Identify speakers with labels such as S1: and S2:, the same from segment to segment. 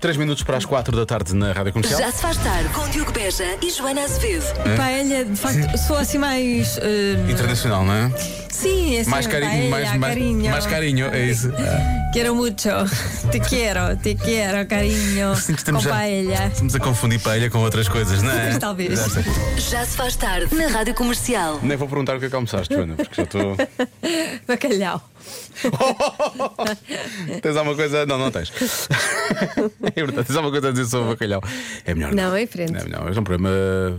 S1: 3 minutos para as 4 da tarde na Rádio Comercial.
S2: Já se faz tarde com Diogo Beja e Joana Azevedo.
S1: É?
S3: é,
S4: Paella, de facto, sou assim mais. eh,
S1: Internacional, não é?
S4: sim, assim.
S1: mais
S4: paella,
S1: carinho, mais, mais,
S4: carinho.
S1: mais carinho, é isso.
S4: Quero muito. Te quero, te quero, carinho.
S1: Ah, Sim, que
S4: Com
S1: estamos já-
S4: paella.
S1: Estamos a confundir paella com outras coisas, não é?
S4: Talvez.
S1: Já sei.
S2: Já se faz tarde na Rádio Comercial.
S1: Nem vou perguntar o que é que almoçaste, Joana, porque já estou.
S4: Bacalhau.
S1: tens alguma coisa. Não, não tens. é verdade, tens alguma coisa a dizer sobre o bacalhau. É melhor não.
S4: Não, é em frente.
S1: Não, não, é um problema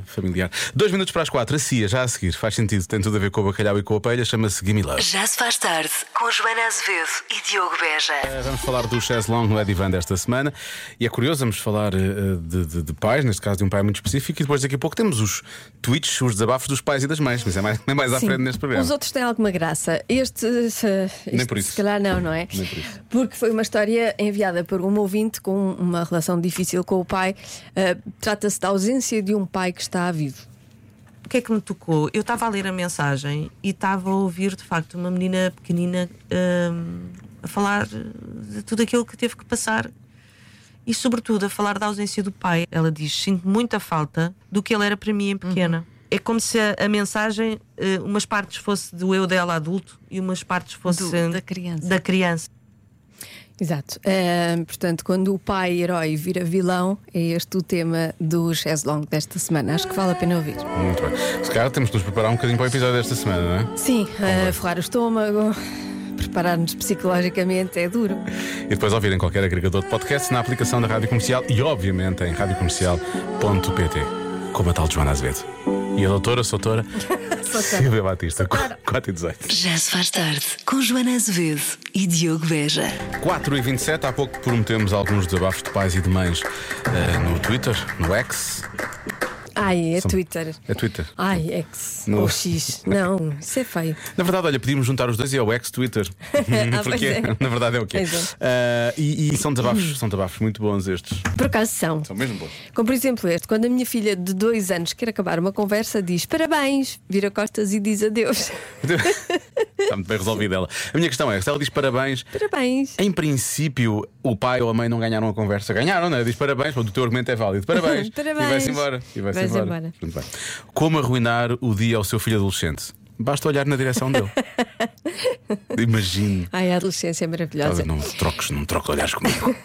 S1: familiar. Dois minutos para as quatro, a CIA, já a seguir, faz sentido, tem tudo a ver com o bacalhau e com a paella, chama-se Gimme Love.
S2: Já se faz tarde com Joana Azevedo e Diogo Beja.
S1: Eh, Vamos falar do Chess Long no Edivan desta semana e é curioso, vamos falar eh, de, de- de pais, neste caso de um pai muito específico, e depois daqui a pouco temos os tweets, os desabafos dos pais e das mães, mas é mais, é mais à
S4: Sim.
S1: frente neste programa.
S3: Os outros têm alguma graça. Este, eh, se- este,
S1: por isso.
S3: se calhar não, não é?
S1: Nem por isso.
S3: Porque foi uma história enviada por um ouvinte com uma relação difícil com o pai. Eh, Trata-se da ausência de um pai que está vivo.
S5: o que é que me tocou? Eu estava a ler a mensagem e estava a ouvir, de facto, uma menina pequenina hum, a falar de tudo aquilo que teve que passar e, sobretudo, a falar da ausência do pai. Ela diz: Sinto muita falta do que ele era para mim em pequena.
S4: Uhum.
S5: É como se a, a mensagem, eh, umas partes fosse do eu dela adulto e umas partes fosse
S4: Do- da criança.
S5: da criança.
S3: Exato. Eh, portanto, quando o pai herói vira vilão, é este o tema do Chess Long desta semana. Acho que vale a pena ouvir.
S1: Muito bem. Se calhar temos de nos preparar um bocadinho para o episódio desta semana, não é?
S3: Sim, eh, forrar o estômago, preparar-nos psicologicamente é duro.
S1: E depois ouvir em qualquer agregador de podcast, na aplicação da Rádio Comercial e, obviamente, em radiocomercial.pt. Como a tal Joana Azevedo. E a doutora, Soutora, Silvia Batista, 4 e 18.
S2: Já se faz tarde com Joana Azevedo e Diogo Beja.
S1: 4 e 27, há pouco prometemos alguns desabafos de pais e de mães eh, no Twitter, no X.
S3: Ai, é
S1: São-
S3: Twitter.
S1: É Twitter.
S3: Ai, X.
S1: No-
S3: Ou X. Não, isso é feio.
S1: Na verdade, olha, podíamos juntar os dois e é o ex-Twitter.
S3: Ah,
S1: Porque,
S3: pois é.
S1: na verdade, é o quê?
S3: Pois é. Hum.
S1: Ah, e, e são desabafos, são desabafos muito bons estes.
S3: Por acaso são.
S1: São mesmo bons.
S3: Como por exemplo este, quando a minha filha de dois anos quer acabar uma conversa, diz parabéns, vira costas e diz adeus.
S1: Está muito bem resolvida ela. A minha questão é: se ela diz parabéns,
S3: Parabéns.
S1: Em princípio, o pai ou a mãe não ganharam a conversa. Ganharam, não é? Diz parabéns, pronto, o teu argumento é válido. Parabéns.
S3: Parabéns.
S1: E vai-se embora. E vai-se
S3: Vais
S1: embora.
S3: embora.
S1: Muito bem. Como arruinar o dia ao seu filho adolescente? Basta olhar na direção dele. Imagino.
S3: Ai, a adolescência é maravilhosa.
S1: Talvez não troques, não troques olhares comigo.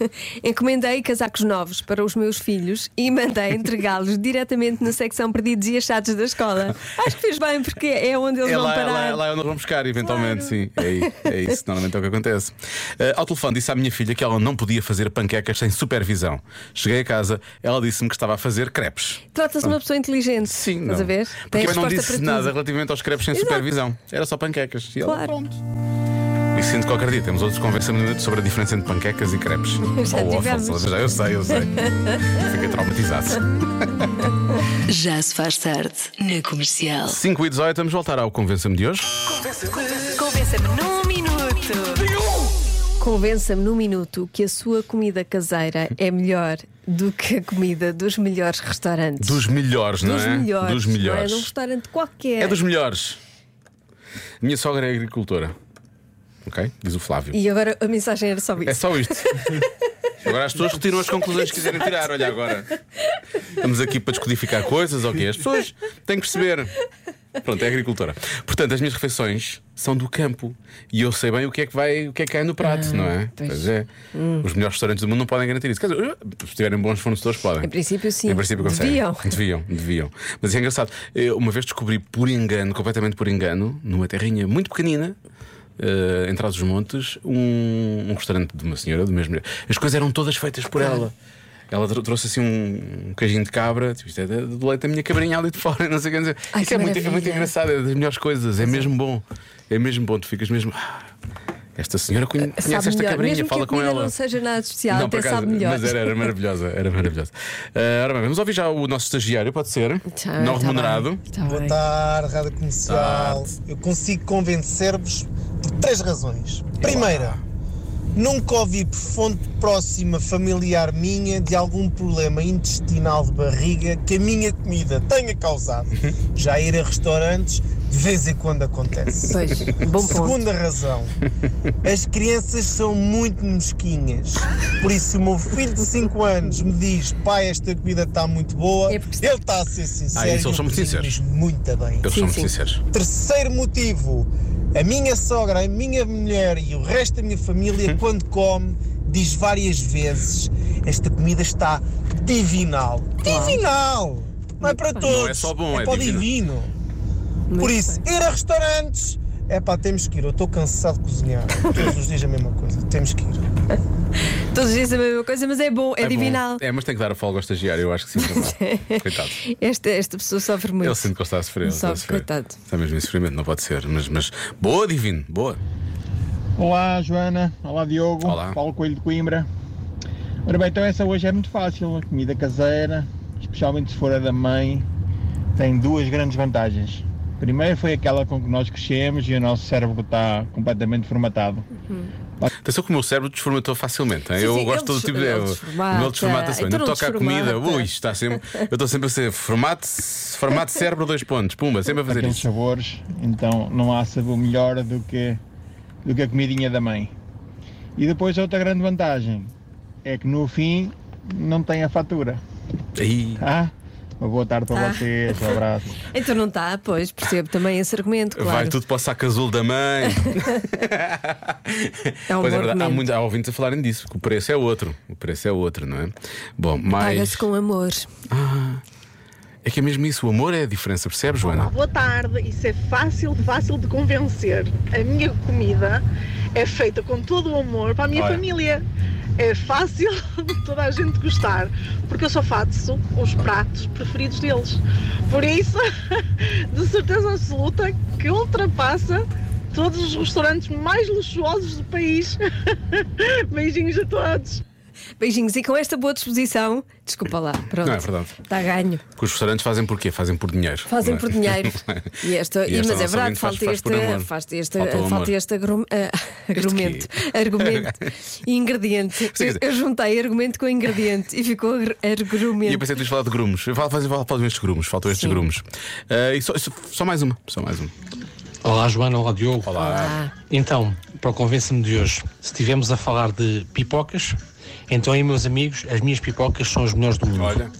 S3: Encomendei casacos novos para os meus filhos e mandei entregá-los diretamente na secção perdidos e achados da escola. Acho que fiz bem porque é onde eles
S1: É
S3: vão
S1: lá, é
S3: parar.
S1: lá, é lá onde vão buscar, eventualmente,
S3: Claro.
S1: sim. É, aí- é isso, normalmente é o que acontece. Eh, ao telefone disse à minha filha que ela não podia fazer panquecas sem supervisão. Cheguei a casa, ela disse-me que estava a fazer crepes.
S3: Trata-se de uma pessoa inteligente.
S1: Sim,
S3: Estás
S1: não.
S3: a ver?
S1: Porque eu
S3: resposta
S1: não
S3: para
S1: disse
S3: tudo.
S1: nada relativamente aos crepes sem
S3: Exato.
S1: supervisão. Era só panquecas. E ela,
S3: Claro.
S1: pronto. E sinto que qualquer dia temos outros conversamentos sobre a diferença entre panquecas e crepes.
S3: Já
S1: Ou
S3: tivemos.
S1: waffles, já eu sei, eu sei. Fiquei traumatizado.
S2: Já se faz tarde na Comercial.
S1: 5 e 18, vamos voltar ao Convença-me de hoje.
S2: Convença-me num minuto.
S3: Convença-me num minuto que a sua comida caseira é melhor do que a comida dos melhores restaurantes.
S1: Dos melhores, não
S3: Dos
S1: é?
S3: melhores.
S1: Dos
S3: Não é
S1: melhores.
S3: de um restaurante qualquer.
S1: É dos melhores. Minha sogra é agricultora. Ok? Diz o Flávio.
S3: E agora a mensagem era só isso.
S1: É só isto. Agora as pessoas retiram as conclusões que quiserem tirar. Olha, agora estamos aqui para descodificar coisas, ok? As pessoas têm que perceber. Pronto, é agricultora. Portanto, as minhas refeições são do campo e eu sei bem o que é que vai, o que é que cai no prato, não é?
S3: Ah, pois. Hum.
S1: é. Os melhores restaurantes do mundo não podem garantir isso. Quer dizer, se tiverem bons fornecedores, podem.
S3: Em princípio, sim.
S1: Em princípio conseguem.
S3: Deviam.
S1: Deviam, deviam. Mas é engraçado. Eu uma vez descobri por engano, completamente por engano, numa terrinha muito pequenina, eh, em trás dos montes, um, um restaurante de uma senhora do mesmo. As coisas eram todas feitas por ela. Ela trou- trouxe assim um, um queijinho de cabra, tipo, isto é de- do leite da minha cabrinha ali de fora, não sei o que dizer.
S3: Ai,
S1: Isso
S3: que
S1: é muito, é
S3: maravilha.
S1: muito engraçado, é das melhores coisas, é mesmo bom. É mesmo bom, tu ficas mesmo. "Ah, Esta senhora conhe-
S3: Sabe
S1: conhece esta
S3: melhor.
S1: cabrinha,
S3: Mesmo
S1: fala
S3: que a
S1: com
S3: comida
S1: ela.
S3: não seja nada especial,
S1: Não,
S3: até
S1: por acaso,
S3: sabe melhor.
S1: Mas era, era maravilhosa, era maravilhosa. Ah, ora bem, vamos ouvir já o nosso estagiário, pode ser?
S3: Tá,
S1: não
S3: tá
S1: remunerado.
S3: bem, tá
S6: Boa
S3: bem.
S6: tarde, Rádio Comercial.
S1: Tarde.
S6: Eu consigo convencer-vos por três razões. Primeira, Nunca ouvi por fonte próxima familiar minha de algum problema intestinal de barriga que a minha comida tenha causado. Já ir a restaurantes de vez em quando acontece.
S3: Pois, bom ponto.
S6: Segunda razão, as crianças são muito mesquinhas. Por isso, se o meu filho de 5 anos me diz pai, esta comida está muito boa,
S3: É
S6: ele
S3: porque está-
S6: está a ser sincero.
S1: Ah, isso eles
S6: e eu
S1: são muito
S6: cozinho
S1: sinceros.
S6: Muito bem.
S1: Eles
S3: Sim,
S1: são
S3: sim.
S1: muito sinceros.
S6: Terceiro motivo, a minha sogra, a minha mulher e o resto da minha família, quando come, diz várias vezes: esta comida está divinal. Divinal! Não é para todos.
S1: é só bom, é
S6: para o
S1: divino.
S6: divino. Por isso, ir a restaurantes. É pá, temos que ir. Eu estou cansado de cozinhar. Todos os dias a mesma coisa. Temos que ir.
S3: Todos dizem a mesma coisa, mas é bom, é,
S1: bom.
S3: divinal.
S1: É, mas tem que dar a folga ao estagiário, eu acho que sim. também. Coitado.
S3: Esta, esta pessoa sofre muito.
S1: Ele sente que ele está a sofrer. ele está a
S3: Sofre,
S1: sofrer.
S3: coitado.
S1: Está mesmo em sofrimento, não pode ser. Mas, mas boa, divino, boa.
S7: Olá, Joana. Olá, Diogo.
S1: Olá.
S7: Paulo Coelho de Coimbra. Ora bem, então essa hoje é muito fácil. A comida caseira, especialmente se for a da mãe, tem duas grandes vantagens. Primeiro foi aquela com que nós crescemos e o nosso cérebro está completamente formatado.
S1: Atenção que o meu cérebro desformatou facilmente. hein?
S3: Sim,
S1: eu
S3: sim,
S1: gosto
S3: ele
S1: de todo tipo de.
S3: desformata.
S1: O meu desformata-se bem.
S3: Então
S1: No que
S3: não
S1: toca à comida,
S3: desformata.
S1: ui, está sempre. Eu estou sempre a ser formato, formato cérebro, dois pontos. Pumba, sempre a fazer
S7: Aqueles
S1: isso.
S7: sabores, então não há sabor melhor do que, do que a comidinha da mãe. E depois outra grande vantagem é que no fim não tem a fatura.
S1: Aí.
S7: Ah, uma boa tarde para
S3: Ah.
S7: vocês, um abraço.
S3: Então não está, pois, percebo também esse argumento, claro.
S1: Vai tudo para o saco azul da mãe.
S3: É um
S1: pois é
S3: bom
S1: verdade, há,
S3: argumento.
S1: muito, há ouvintes a falarem disso, que o preço é outro. O preço é outro, não é? Bom,
S3: Paga-se
S1: mas.
S3: com amor.
S1: É que é mesmo isso, o amor é a diferença, percebes, Joana?
S8: Boa tarde, isso é fácil, fácil de convencer. A minha comida é feita com todo o amor para a minha
S7: Olha.
S8: família. É fácil de toda a gente gostar, porque eu só faço os pratos preferidos deles. Por isso, de certeza absoluta que ultrapassa todos os restaurantes mais luxuosos do país. Beijinhos a todos.
S3: Beijinhos e com esta boa disposição, desculpa lá, pronto.
S1: Não, é verdade.
S3: Está ganho.
S1: Que os restaurantes fazem por quê? Fazem por dinheiro.
S3: Fazem
S1: não é?
S3: por dinheiro. E esta,
S1: E esta
S3: e- mas é
S1: nossa
S3: verdade,
S1: ouvinte faz-
S3: falta
S1: faz por
S3: este,
S1: amor.
S3: falta este,
S1: Falta o amor.
S3: falta este agrum- ah, argumento, argumento e ingrediente.
S1: Sim, quer
S3: Eu,
S1: dizer-
S3: eu juntei argumento com ingrediente e ficou agru-
S1: E eu
S3: argumento.
S1: pensei que tu ias falar de grumos. Eu falo, faz- falo- falam estes grumos, faltam estes grumos. Ah, e só, só- só mais uma, só mais uma.
S9: Olá Joana, olá Diogo.
S1: Olá.
S9: Então, para o convence-me de hoje, se estivermos a falar de pipocas, então aí, meus amigos, as minhas pipocas são as melhores do mundo.
S1: Olha.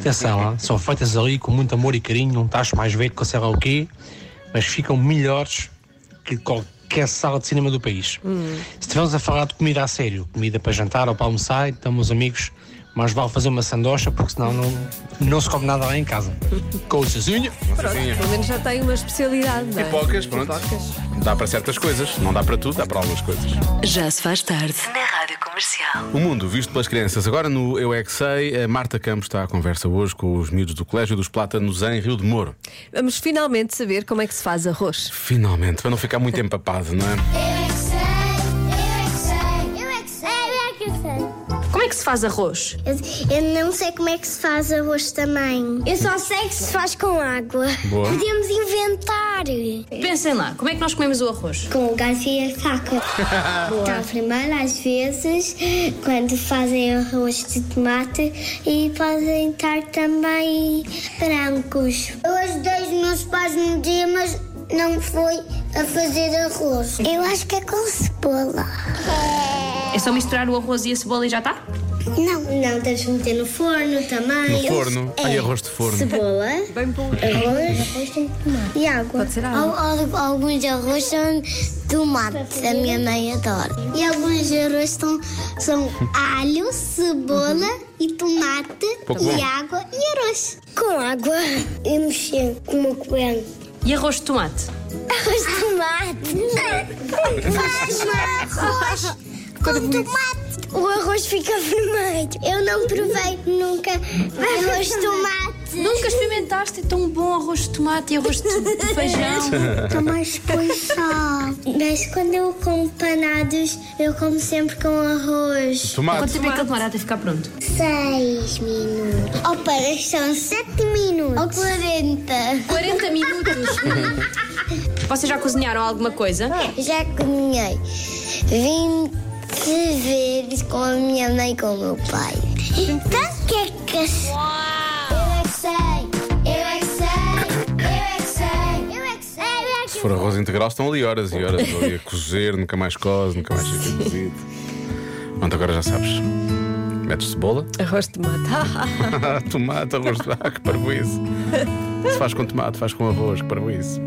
S9: Atenção, ah, são feitas ali com muito amor e carinho, um tacho mais velho com sei lá o quê, mas ficam melhores que qualquer sala de cinema do país. Se estivermos a falar de comida a sério, comida para jantar ou para almoçar, então, meus amigos, mais vale fazer uma sandocha, porque senão não, não se come nada lá em casa. Com o sozinho.
S3: Pelo menos já tem uma especialidade. não é?
S1: Pipocas, pronto. Dá para certas coisas, não dá para tudo, dá para algumas coisas.
S2: Já se faz tarde na Rádio Comercial.
S1: O mundo visto pelas crianças. Agora no Eu é que Sei, a Marta Campos está à conversa hoje com os miúdos do Colégio dos Plátanos em Rio de Moro.
S3: Vamos finalmente saber como é que se faz arroz.
S1: Finalmente, para não ficar muito empapado, não é?
S3: Como é que se faz arroz?
S10: Eu não sei como é que se faz arroz também. Eu só sei que se faz com água.
S1: Boa.
S10: Podemos inventar.
S11: Pensem lá, como é que nós comemos o arroz?
S10: Com o garfo e a faca. então, primeiro, às vezes, quando fazem arroz de tomate e podem estar também brancos. Eu ajudei os meus pais no dia, mas não foi a fazer arroz. Eu acho que é com cebola.
S11: É só misturar o arroz e a cebola e já está?
S10: Não. Não, tens de meter no forno também.
S1: No forno.
S10: É
S1: Ai, arroz de forno.
S10: Cebola,
S3: Bem bom.
S10: arroz e água.
S3: Pode ser água.
S10: Al- al- alguns arroz são tomate, a minha mãe adora. E alguns arroz são, são alho, cebola e tomate
S1: Pouco
S10: e
S1: bom.
S10: água e arroz. Com água e mexer com uma colher.
S11: E arroz de tomate?
S10: Arroz de tomate. Faz um arroz com tomate. O arroz fica vermelho. Eu não provei nunca arroz de tomate.
S11: Nunca experimentaste tão bom arroz de tomate e arroz de feijão?
S10: Estou mais com sal. Mas quando eu como panados, eu como sempre com arroz.
S11: Quanto
S1: Tomate.
S11: tempo é que ele demora até ficar pronto?
S10: Seis minutos. Ou para são sete minutos. Ou 40.
S11: 40 minutos! Vocês já cozinharam alguma coisa?
S10: Já cozinhei 20 viver com a minha mãe e com o meu pai. Então, o que é que. Eu é que sei, eu é que sei, eu é que sei, eu é que sei, eu é que
S1: Se for arroz integral, estão ali horas e horas ali a cozer, nunca mais cose, nunca mais fica cozido. Pronto, agora já sabes. Metes cebola, Ah,
S3: Arroz de tomate.
S1: tomate, arroz de ah, que parboice. Se faz com tomate, faz com arroz, que parboice.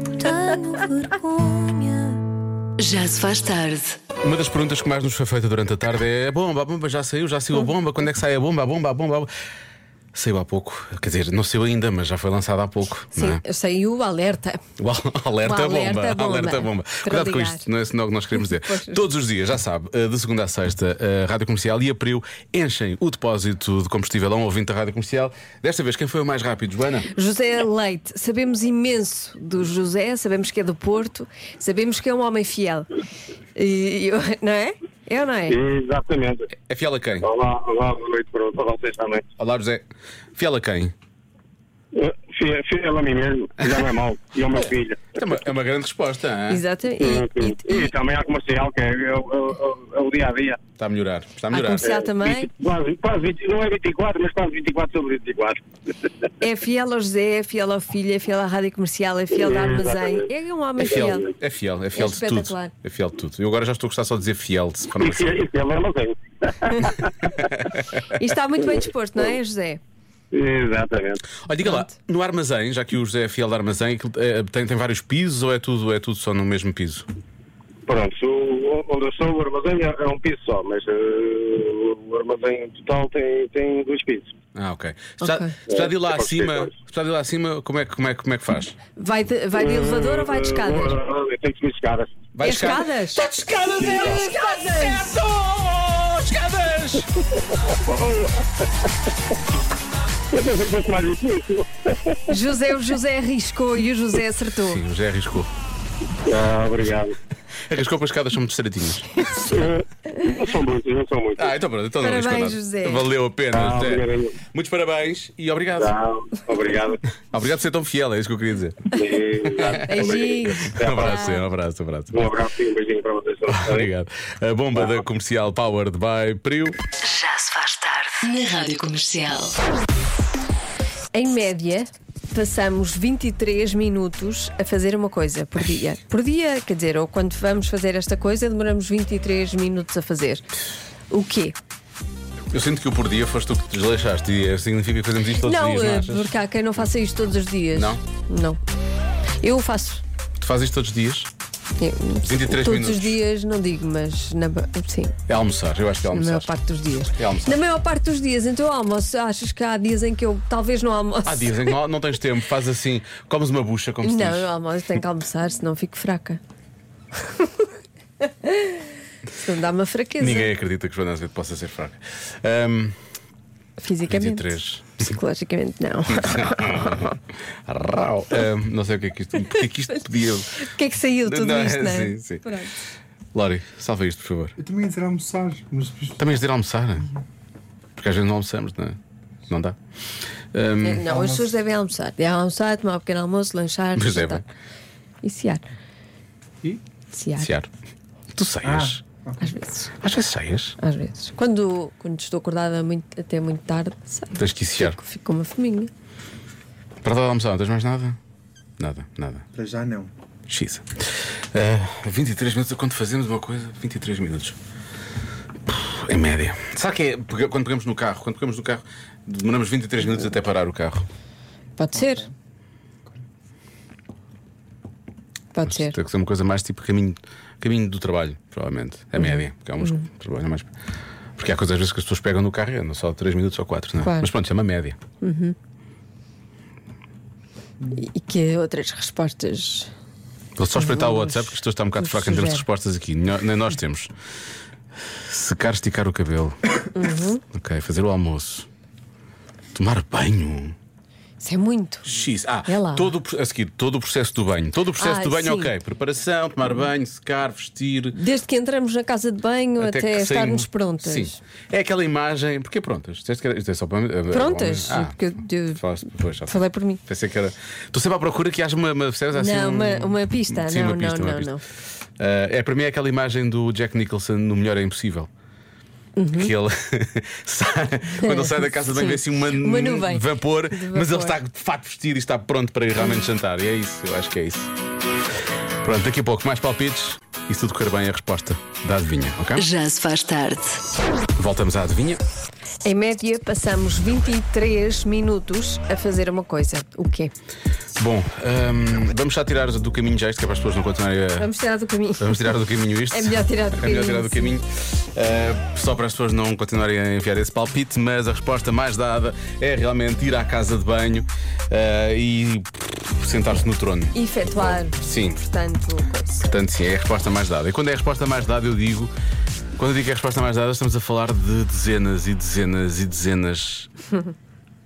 S2: Já se faz tarde.
S1: Uma das perguntas que mais nos foi feita durante a tarde é a bomba, a bomba já saiu, já saiu a bomba, quando é que sai a bomba, a bomba, a bomba? A bomba? Saiu há pouco, quer dizer, não saiu ainda, mas já foi lançada há pouco. não é?
S3: Sim, saiu o alerta.
S1: O al- alerta,
S3: O alerta
S1: bomba,
S3: bomba.
S1: alerta bomba.
S3: Para
S1: Cuidado com
S3: ligar.
S1: isto, não é senão o que nós queremos dizer.
S3: Pois.
S1: Todos os dias, já sabe, eh, de segunda a sexta, a Rádio Comercial e a Priu enchem o depósito de combustível a um ouvinte da Rádio Comercial. Desta vez, quem foi o mais rápido, Joana?
S3: José Leite, sabemos imenso do José, sabemos que é do Porto, sabemos que é um homem fiel. E, eu- não é? Eu não é?
S12: Exatamente.
S1: É fiel a quem?
S12: Olá, olá, boa noite para, para vocês também.
S1: Olá, José. Fiel a quem?
S12: Eh, Fiel, fiel a mim mesmo, já não é mal, e ao meu filho.
S1: É uma, é uma grande resposta, hein?
S3: Exatamente.
S12: Sim, sim. E, também à comercial, que é, é o- é o- é o dia a dia. É,
S1: Está a melhorar. Está a
S3: À
S1: melhorar.
S12: Tá
S3: comercial também.
S12: Quase, quase 20, não é 24, mas quase 24 sobre 24.
S3: É fiel ao José, é fiel ao filho, é fiel à rádio comercial, é fiel à armazém. É um
S1: É
S3: homem fiel.
S1: fiel, é fiel, é fiel de
S3: espetacular.
S1: tudo. É fiel de tudo. Eu agora já estou a gostar só de dizer fiel. se for
S12: E é
S1: assim.
S12: fiel, e fiel eu não sei.
S3: E está muito bem disposto, não é, José?
S12: Exatamente.
S1: Olha, diga lá, no armazém, já que o José é fiel de armazém, aquilo, eh, tem, tem vários pisos ou é tudo, é tudo só no mesmo piso?
S12: Pronto, o- onde eu sou, o armazém é é um piso só, mas eh, o armazém total tem, tem dois pisos.
S1: Ah, ok. Se precisar- se precisar de ir lá
S12: É,
S1: acima, se precisar de ir lá acima, como é, que- como é, que- como é que faz?
S3: Vai de, vai de elevador ou vai de escadas?
S12: Eh, Tem que subir escadas.
S1: Vai
S3: é
S1: de escada?
S3: escadas?
S1: Escadas é certo! Escadas!
S12: Eu pensei que fosse mais difícil.
S3: José, o José arriscou e o José acertou.
S1: Sim, o José arriscou.
S12: Ah, obrigado.
S1: Arriscou para as escadas, são muito estreitinhas.
S12: Eh, Não são muitos, não são muitos.
S1: Ah, então pronto, então não arriscou
S3: Parabéns,
S1: nada.
S3: José.
S1: Valeu a pena.
S12: Ah, Tá.
S1: José.
S12: obrigadinho.
S1: Muitos parabéns e obrigado.
S12: Não, obrigado.
S1: Obrigado por ser tão fiel, é isso que eu queria dizer.
S12: Obrigado.
S3: Beijinhos.
S12: Tá.
S1: Um abraço, um abraço, um abraço.
S12: Um abraço e um beijinho para vocês. todos, tá bem?
S1: Obrigado. A bomba da comercial Powered by Priu.
S2: Já se faz tarde. Na rádio comercial.
S3: Em média, passamos 23 minutos a fazer uma coisa por dia. Por dia, quer dizer, ou quando vamos fazer esta coisa, demoramos 23 minutos a fazer. O quê?
S1: Eu sinto que o por dia foste tu que te desleixaste e eh, significa que fazemos isto todos
S3: não,
S1: os dias, não
S3: eh,
S1: achas?
S3: porque há quem não faça isto todos os dias.
S1: Não?
S3: Não. Eu faço.
S1: Tu fazes isto todos os dias?
S3: Eu,
S1: 23
S3: todos
S1: minutos.
S3: os dias, não digo, mas na, sim,
S1: É almoçar, eu acho que é
S3: na
S1: almoçar.
S3: maior parte dos dias.
S1: É almoçar.
S3: Na maior parte dos dias, então eu almoço. Achas que há dias em que eu talvez não almoço?
S1: Há dias em que não, não tens tempo, faz assim, comes uma bucha, como se
S3: Não,
S1: diz.
S3: eu almoço, tenho que almoçar, senão fico fraca. senão dá uma fraqueza
S1: Ninguém acredita que Joana Azevedo possa ser fraca. Ahm,
S3: fisicamente.
S1: 23.
S3: Psicologicamente, não.
S1: Rau. Ahm, não sei o que é que isto, porque é que isto pediu.
S3: O que é que saiu tudo
S1: Não, assim,
S3: isto, não é?
S1: sim, sim.
S3: Pronto.
S1: Lori, salva isto, por favor.
S13: Eu também ia dizer almoçar, mas depois
S1: Também és de ir almoçar, porque às vezes não almoçamos, não é? Não dá. Ahm,
S3: É, Não, as pessoas devem almoçar. Devem almoçar, tomar um pequeno almoço, lanchar,
S1: Pois
S3: jantar.
S1: devem.
S3: E cear.
S13: E?
S3: Cear.
S1: Ciar. Tu ceias?
S3: Às vezes.
S1: Às vezes ceias?
S3: Às vezes. Quando, quando estou acordada muito- até muito tarde, sei,
S1: Tens que ir cear.
S3: fico com uma fominha.
S1: Para dar almoçar, não tens mais nada? Nada, nada.
S13: para já não.
S1: X. Ah, 23 minutos, quando fazemos uma coisa, 23 minutos. Puf, Em média. Sabe que é pega- quando pegamos no carro? Quando pegamos no carro, demoramos 23 minutos até parar o carro.
S3: Pode ser? Pode ser.
S1: Tem que ser uma coisa mais tipo caminho, caminho do trabalho, provavelmente. A
S3: Uhum.
S1: média. Porque há uns que trabalham mais. Porque há coisas às vezes que as pessoas pegam no carro e andam só 3 minutos ou 4, não é?
S3: Claro.
S1: Mas pronto, isso é uma média.
S3: E, e que outras respostas.
S1: Vou só espreitar o
S3: Vamos.
S1: WhatsApp, que isto está um bocado
S3: Vamos
S1: fraco em termos de
S3: sugere.
S1: respostas aqui. Nho- Nem nós temos. Secar, esticar o cabelo.
S3: Uhum.
S1: Ok, fazer o almoço. Tomar banho.
S3: Isso é muito.
S1: X. Ah,
S3: É lá.
S1: todo, o pro- a seguir, todo o processo do banho. Todo o processo
S3: Ah,
S1: do banho,
S3: sim.
S1: ok. Preparação, tomar banho, secar, vestir.
S3: Desde que entramos na casa de banho até,
S1: que
S3: estarmos
S1: saímos-
S3: prontas.
S1: Sim. É aquela imagem. Porque prontas? Disseste que era- isto é só para-
S3: Prontas?
S1: Ah,
S3: porque eu, eu
S1: falaste- pois, já sei.
S3: falei por mim.
S1: Pensei que era. Estou sempre à procura que haja uma. uma, percebes, assim,
S3: Não,
S1: um-
S3: uma- uma pista.
S1: Sim,
S3: Não,
S1: uma pista,
S3: não,
S1: uma
S3: não,
S1: pista.
S3: não.
S1: Ah, é para mim é aquela imagem do Jack Nicholson no Melhor é Impossível.
S3: Uhum.
S1: que ele sai, quando ele sai da casa de banho vê assim uma,
S3: Uma nuvem
S1: vapor,
S3: de
S1: mas ele
S3: vapor.
S1: está de fato vestido e está pronto para ir realmente jantar. E é isso, eu acho que é isso. Pronto, daqui a pouco mais palpites e se tudo correr bem a resposta da adivinha, ok?
S2: Já se faz tarde.
S1: Voltamos à adivinha.
S3: Em média, passamos 23 minutos a fazer uma coisa. O quê?
S1: Bom, hum, vamos já tirar do caminho já isto, que é para as pessoas não continuarem a.
S3: Vamos tirar do caminho.
S1: Vamos tirar do caminho isto.
S3: É melhor tirar do
S1: É melhor
S3: caminho,
S1: tirar do
S3: sim.
S1: caminho. Uh, só para as pessoas não continuarem a enviar esse palpite, mas a resposta mais dada é realmente ir à casa de banho uh, e pff, sentar-se no trono.
S3: Efetuar,
S1: Sim,
S3: portanto, coisa.
S1: portanto, sim, é a resposta mais dada. E quando é a resposta mais dada, eu digo. Quando eu digo que é a resposta mais dada, estamos a falar de dezenas e dezenas e dezenas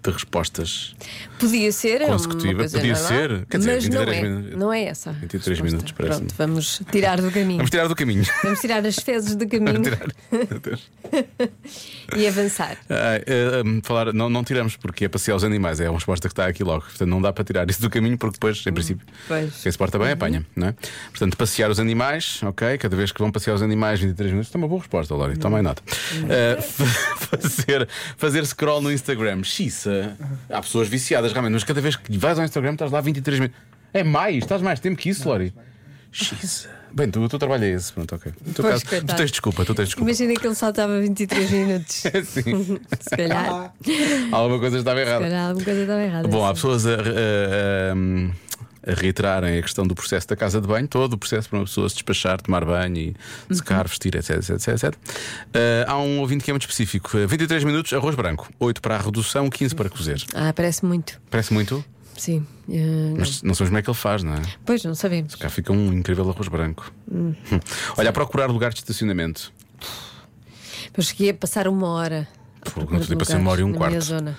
S1: de respostas.
S3: Podia ser é uma
S1: Consecutiva,
S3: coisa
S1: podia
S3: normal,
S1: ser. Quer dizer,
S3: mas não
S1: 23
S3: é.
S1: minutos.
S3: Não é essa.
S1: 23 minutos, parece-me.
S3: Pronto, vamos tirar do caminho.
S1: Vamos tirar do caminho.
S3: Vamos tirar as fezes do caminho
S1: Vamos tirar. Meu Deus.
S3: e avançar.
S1: Ah, ah, ah, falar, não, não tiramos porque é passear os animais, é uma resposta que está aqui logo. Portanto, não dá para tirar isso do caminho porque depois, em princípio,
S3: Hum, pois. Uhum.
S1: quem se porta bem apanha, não é? Portanto, passear os animais, ok? Cada vez que vão passear os animais, 23 minutos, está uma boa resposta, Lória, toma aí nota.
S3: Uhum.
S1: Ah, fa- fazer, fazer scroll no Instagram, xiça.
S3: Uhum.
S1: Há pessoas viciadas realmente, mas cada vez que vais ao Instagram estás lá 23 minutos. É mais, estás mais tempo que isso, Lória. Xiça. Bem, tu, tu trabalho é esse, pronto, ok. No teu
S3: Pois,
S1: caso, tu
S3: coitado.
S1: tens desculpa, tu tens desculpa.
S3: Imagina que ele saltava 23 minutos.
S1: Sim.
S3: Se
S1: Ah.
S3: calhar.
S1: Alguma coisa estava
S3: Se
S1: errada.
S3: calhar alguma coisa estava errada.
S1: Bom, há pessoas a, a- a- a reiterarem a questão do processo da casa de banho, todo o processo para uma pessoa se despachar, tomar banho e
S3: Uhum.
S1: secar, vestir, etc. etc, etc, etc. Ah, há um ouvinte que é muito específico: Eh, 23 minutos, arroz branco, 8 para a redução, 15 para cozer.
S3: Ah, parece muito.
S1: Parece muito,
S3: Sim. Eh,
S1: mas não sabemos como é que ele faz, não é?
S3: Pois, não sabemos.
S1: Cá fica um incrível arroz branco.
S3: Hum.
S1: Olha, a procurar lugar de estacionamento.
S3: Mas cheguei a passar uma hora.
S1: Pô, no outro dia passei uma hora e um
S3: Na minha
S1: quarto.
S3: zona.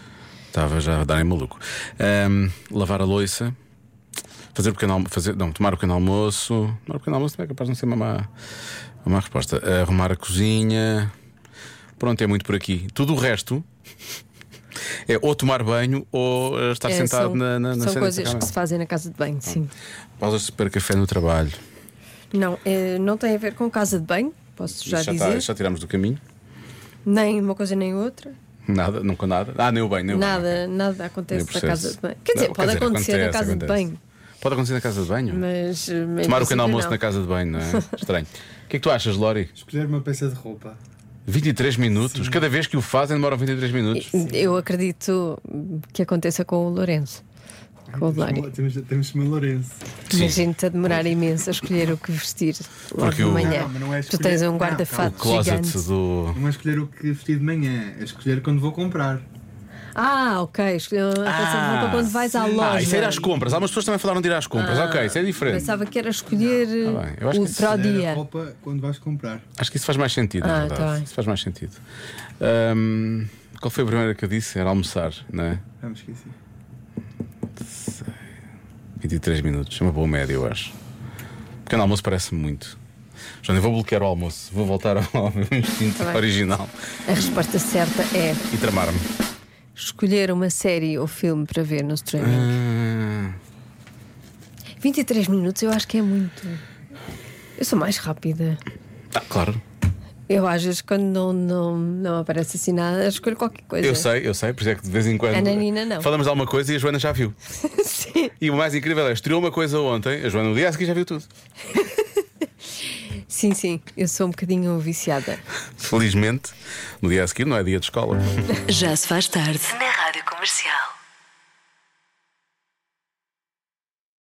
S1: Estava já a darem maluco. Ahm, lavar a louça, fazer o pequeno almoço, fazer, não, tomar o pequeno almoço. Tomar o pequeno almoço não é capaz de não ser uma má, uma má resposta. Arrumar a cozinha. Pronto, é muito por aqui. Tudo o resto é ou tomar banho ou eh, estar
S3: É,
S1: sentado
S3: são,
S1: na, na, na
S3: São
S1: cena Ah. da
S3: coisas
S1: cama.
S3: que se fazem na casa de banho, sim.
S1: Pausas de beber café no trabalho.
S3: Não, eh, não tem a ver com casa de banho, posso já,
S1: Isso
S3: dizer.
S1: tá- já tiramos do caminho.
S3: Nem uma coisa nem outra.
S1: Nada, nunca nada. Ah, nem o banho, nem o banho.
S3: nada, nada
S1: Nem
S3: acontece
S1: o
S3: na
S1: processo.
S3: casa de banho. Quer dizer,
S1: Não,
S3: pode acontecer na
S1: acontece,
S3: casa
S1: acontece.
S3: de banho,
S1: Pode acontecer na casa de banho.
S3: mas.
S1: Tomar o pequeno almoço na casa de banho, não é? Estranho. O que é que tu achas, Lori?
S13: Escolher uma peça de roupa.
S1: 23 minutos? Cada vez que o fazem demoram 23 minutos.
S3: Eu acredito que aconteça com o Lourenço. Com o Lório.
S13: Ah, Temos, temos uma Lourenço.
S3: Imagino-te a demorar imenso a escolher o que vestir logo
S1: Porque
S3: de
S1: o-
S3: manhã.
S13: Não, mas não é
S3: tu
S13: escolher-
S3: tens
S13: não,
S3: um
S13: não.
S1: O
S3: guarda-fato
S1: closet
S3: gigante.
S1: do.
S13: Não é escolher o que vestir de manhã, é escolher quando vou comprar.
S3: Ah, ok. Escolheu a peça de roupa quando vais à loja.
S1: Ah, isso é ir às compras. Algumas pessoas também falaram de ir às compras.
S3: Ah,
S1: ok, isso é diferente.
S3: Pensava que era escolher
S1: Tá bem, eu acho
S3: o
S1: que isso
S3: para o
S1: era
S3: dia.
S13: Roupa quando vais comprar.
S1: Acho que isso faz mais sentido, na
S3: Ah,
S1: verdade.
S3: tá bem.
S1: Isso faz mais sentido. Ahm, qual foi a primeira que eu disse? Era almoçar, não é?
S13: Ah, me esqueci.
S1: 23 minutos. É uma boa média, eu acho. Pequeno almoço parece-me muito. Já nem vou bloquear o almoço. Vou voltar ao meu instinto
S3: Tá bem.
S1: original
S3: A resposta certa é
S1: e tramar-me.
S3: escolher uma série ou filme para ver no streaming.
S1: Ah,
S3: 23 minutos eu acho que é muito. Eu sou mais rápida.
S1: ah, claro.
S3: Eu às vezes quando não, não, não aparece assim nada, eu escolho qualquer coisa.
S1: Eu sei, eu sei, por isso é que de vez em quando.
S3: A Nanina não.
S1: Falamos de alguma coisa e a Joana já viu.
S3: Sim.
S1: E o mais incrível é, estreou uma coisa ontem, a Joana no dia a seguir já viu tudo.
S3: Sim, sim, eu sou um bocadinho viciada.
S1: Felizmente, no dia a seguir não é dia de escola.
S2: Já se faz tarde.